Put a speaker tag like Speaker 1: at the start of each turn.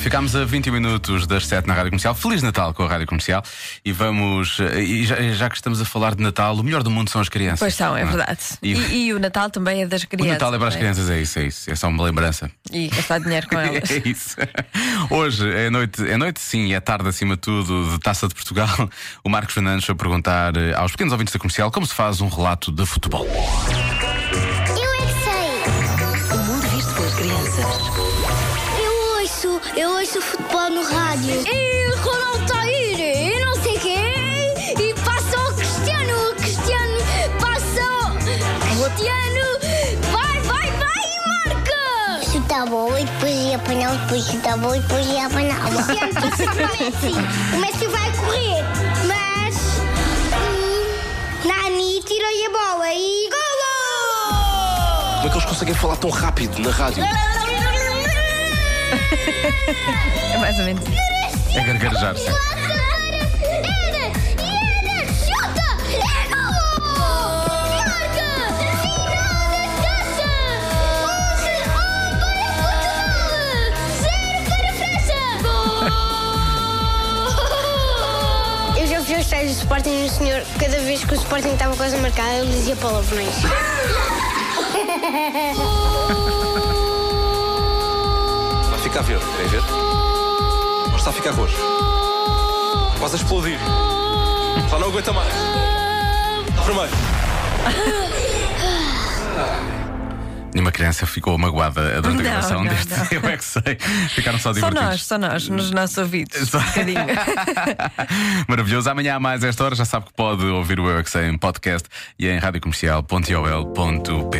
Speaker 1: Ficámos a 20 minutos das 7 na Rádio Comercial. Feliz Natal com a Rádio Comercial. E vamos. eh, E já, já que estamos a falar de Natal, o melhor do mundo são as crianças.
Speaker 2: Pois são, é
Speaker 1: não
Speaker 2: verdade.
Speaker 1: E,
Speaker 2: E, e o Natal também é das
Speaker 1: o
Speaker 2: crianças.
Speaker 1: Natal é para as
Speaker 2: não
Speaker 1: crianças, é isso, é isso. É só uma lembrança.
Speaker 2: E gastar dinheiro com elas.
Speaker 1: É isso. Hoje é noite, é noite sim, é tarde acima de tudo, de Taça de Portugal. O Marcos Fernandes foi perguntar eh, aos pequenos ouvintes da comercial como se faz um relato de futebol.
Speaker 3: Eu é que sei.
Speaker 4: O mundo visto pelas crianças.
Speaker 3: Eu ouço, eu ouço futebol no rádio. E Ronaldo está e não sei quem. E passa o Cristiano, o Cristiano passa o Cristiano. Vai, vai, vai e marca. Chuta a bola e depois ia apanhar, depois chuta a bola e depois ia apanhar. um O Cristiano passa para o Messi. O Messi vai correr, mas hum, Nani tirou-lhe a bola e... Golo!
Speaker 5: Como é que eles conseguem falar tão rápido na rádio?
Speaker 2: É mais ou menos. isso.
Speaker 1: É gargarejar, sim.
Speaker 3: Eu já fui aos estádios do Sporting e o senhor, cada vez que o Sporting estava quase a marcar, ele dizia palavrões.
Speaker 5: Vai ficar a ver, querem ver? Ou está a ficar roxo? Quase a explodir. Já não aguenta mais. Está vermelho.
Speaker 1: Nenhuma criança ficou magoada durante a
Speaker 2: Não,
Speaker 1: gravação
Speaker 2: não,
Speaker 1: deste
Speaker 2: não.
Speaker 1: Eu é que sei. Ficaram só
Speaker 2: Só
Speaker 1: divertidos.
Speaker 2: nós, só nós, nos nossos ouvidos.
Speaker 1: Só-
Speaker 2: Um bocadinho.
Speaker 1: Maravilhoso. Amanhã a mais a esta hora já sabe que pode ouvir o Eu é que sei em podcast e em radiocomercial.ol.pt.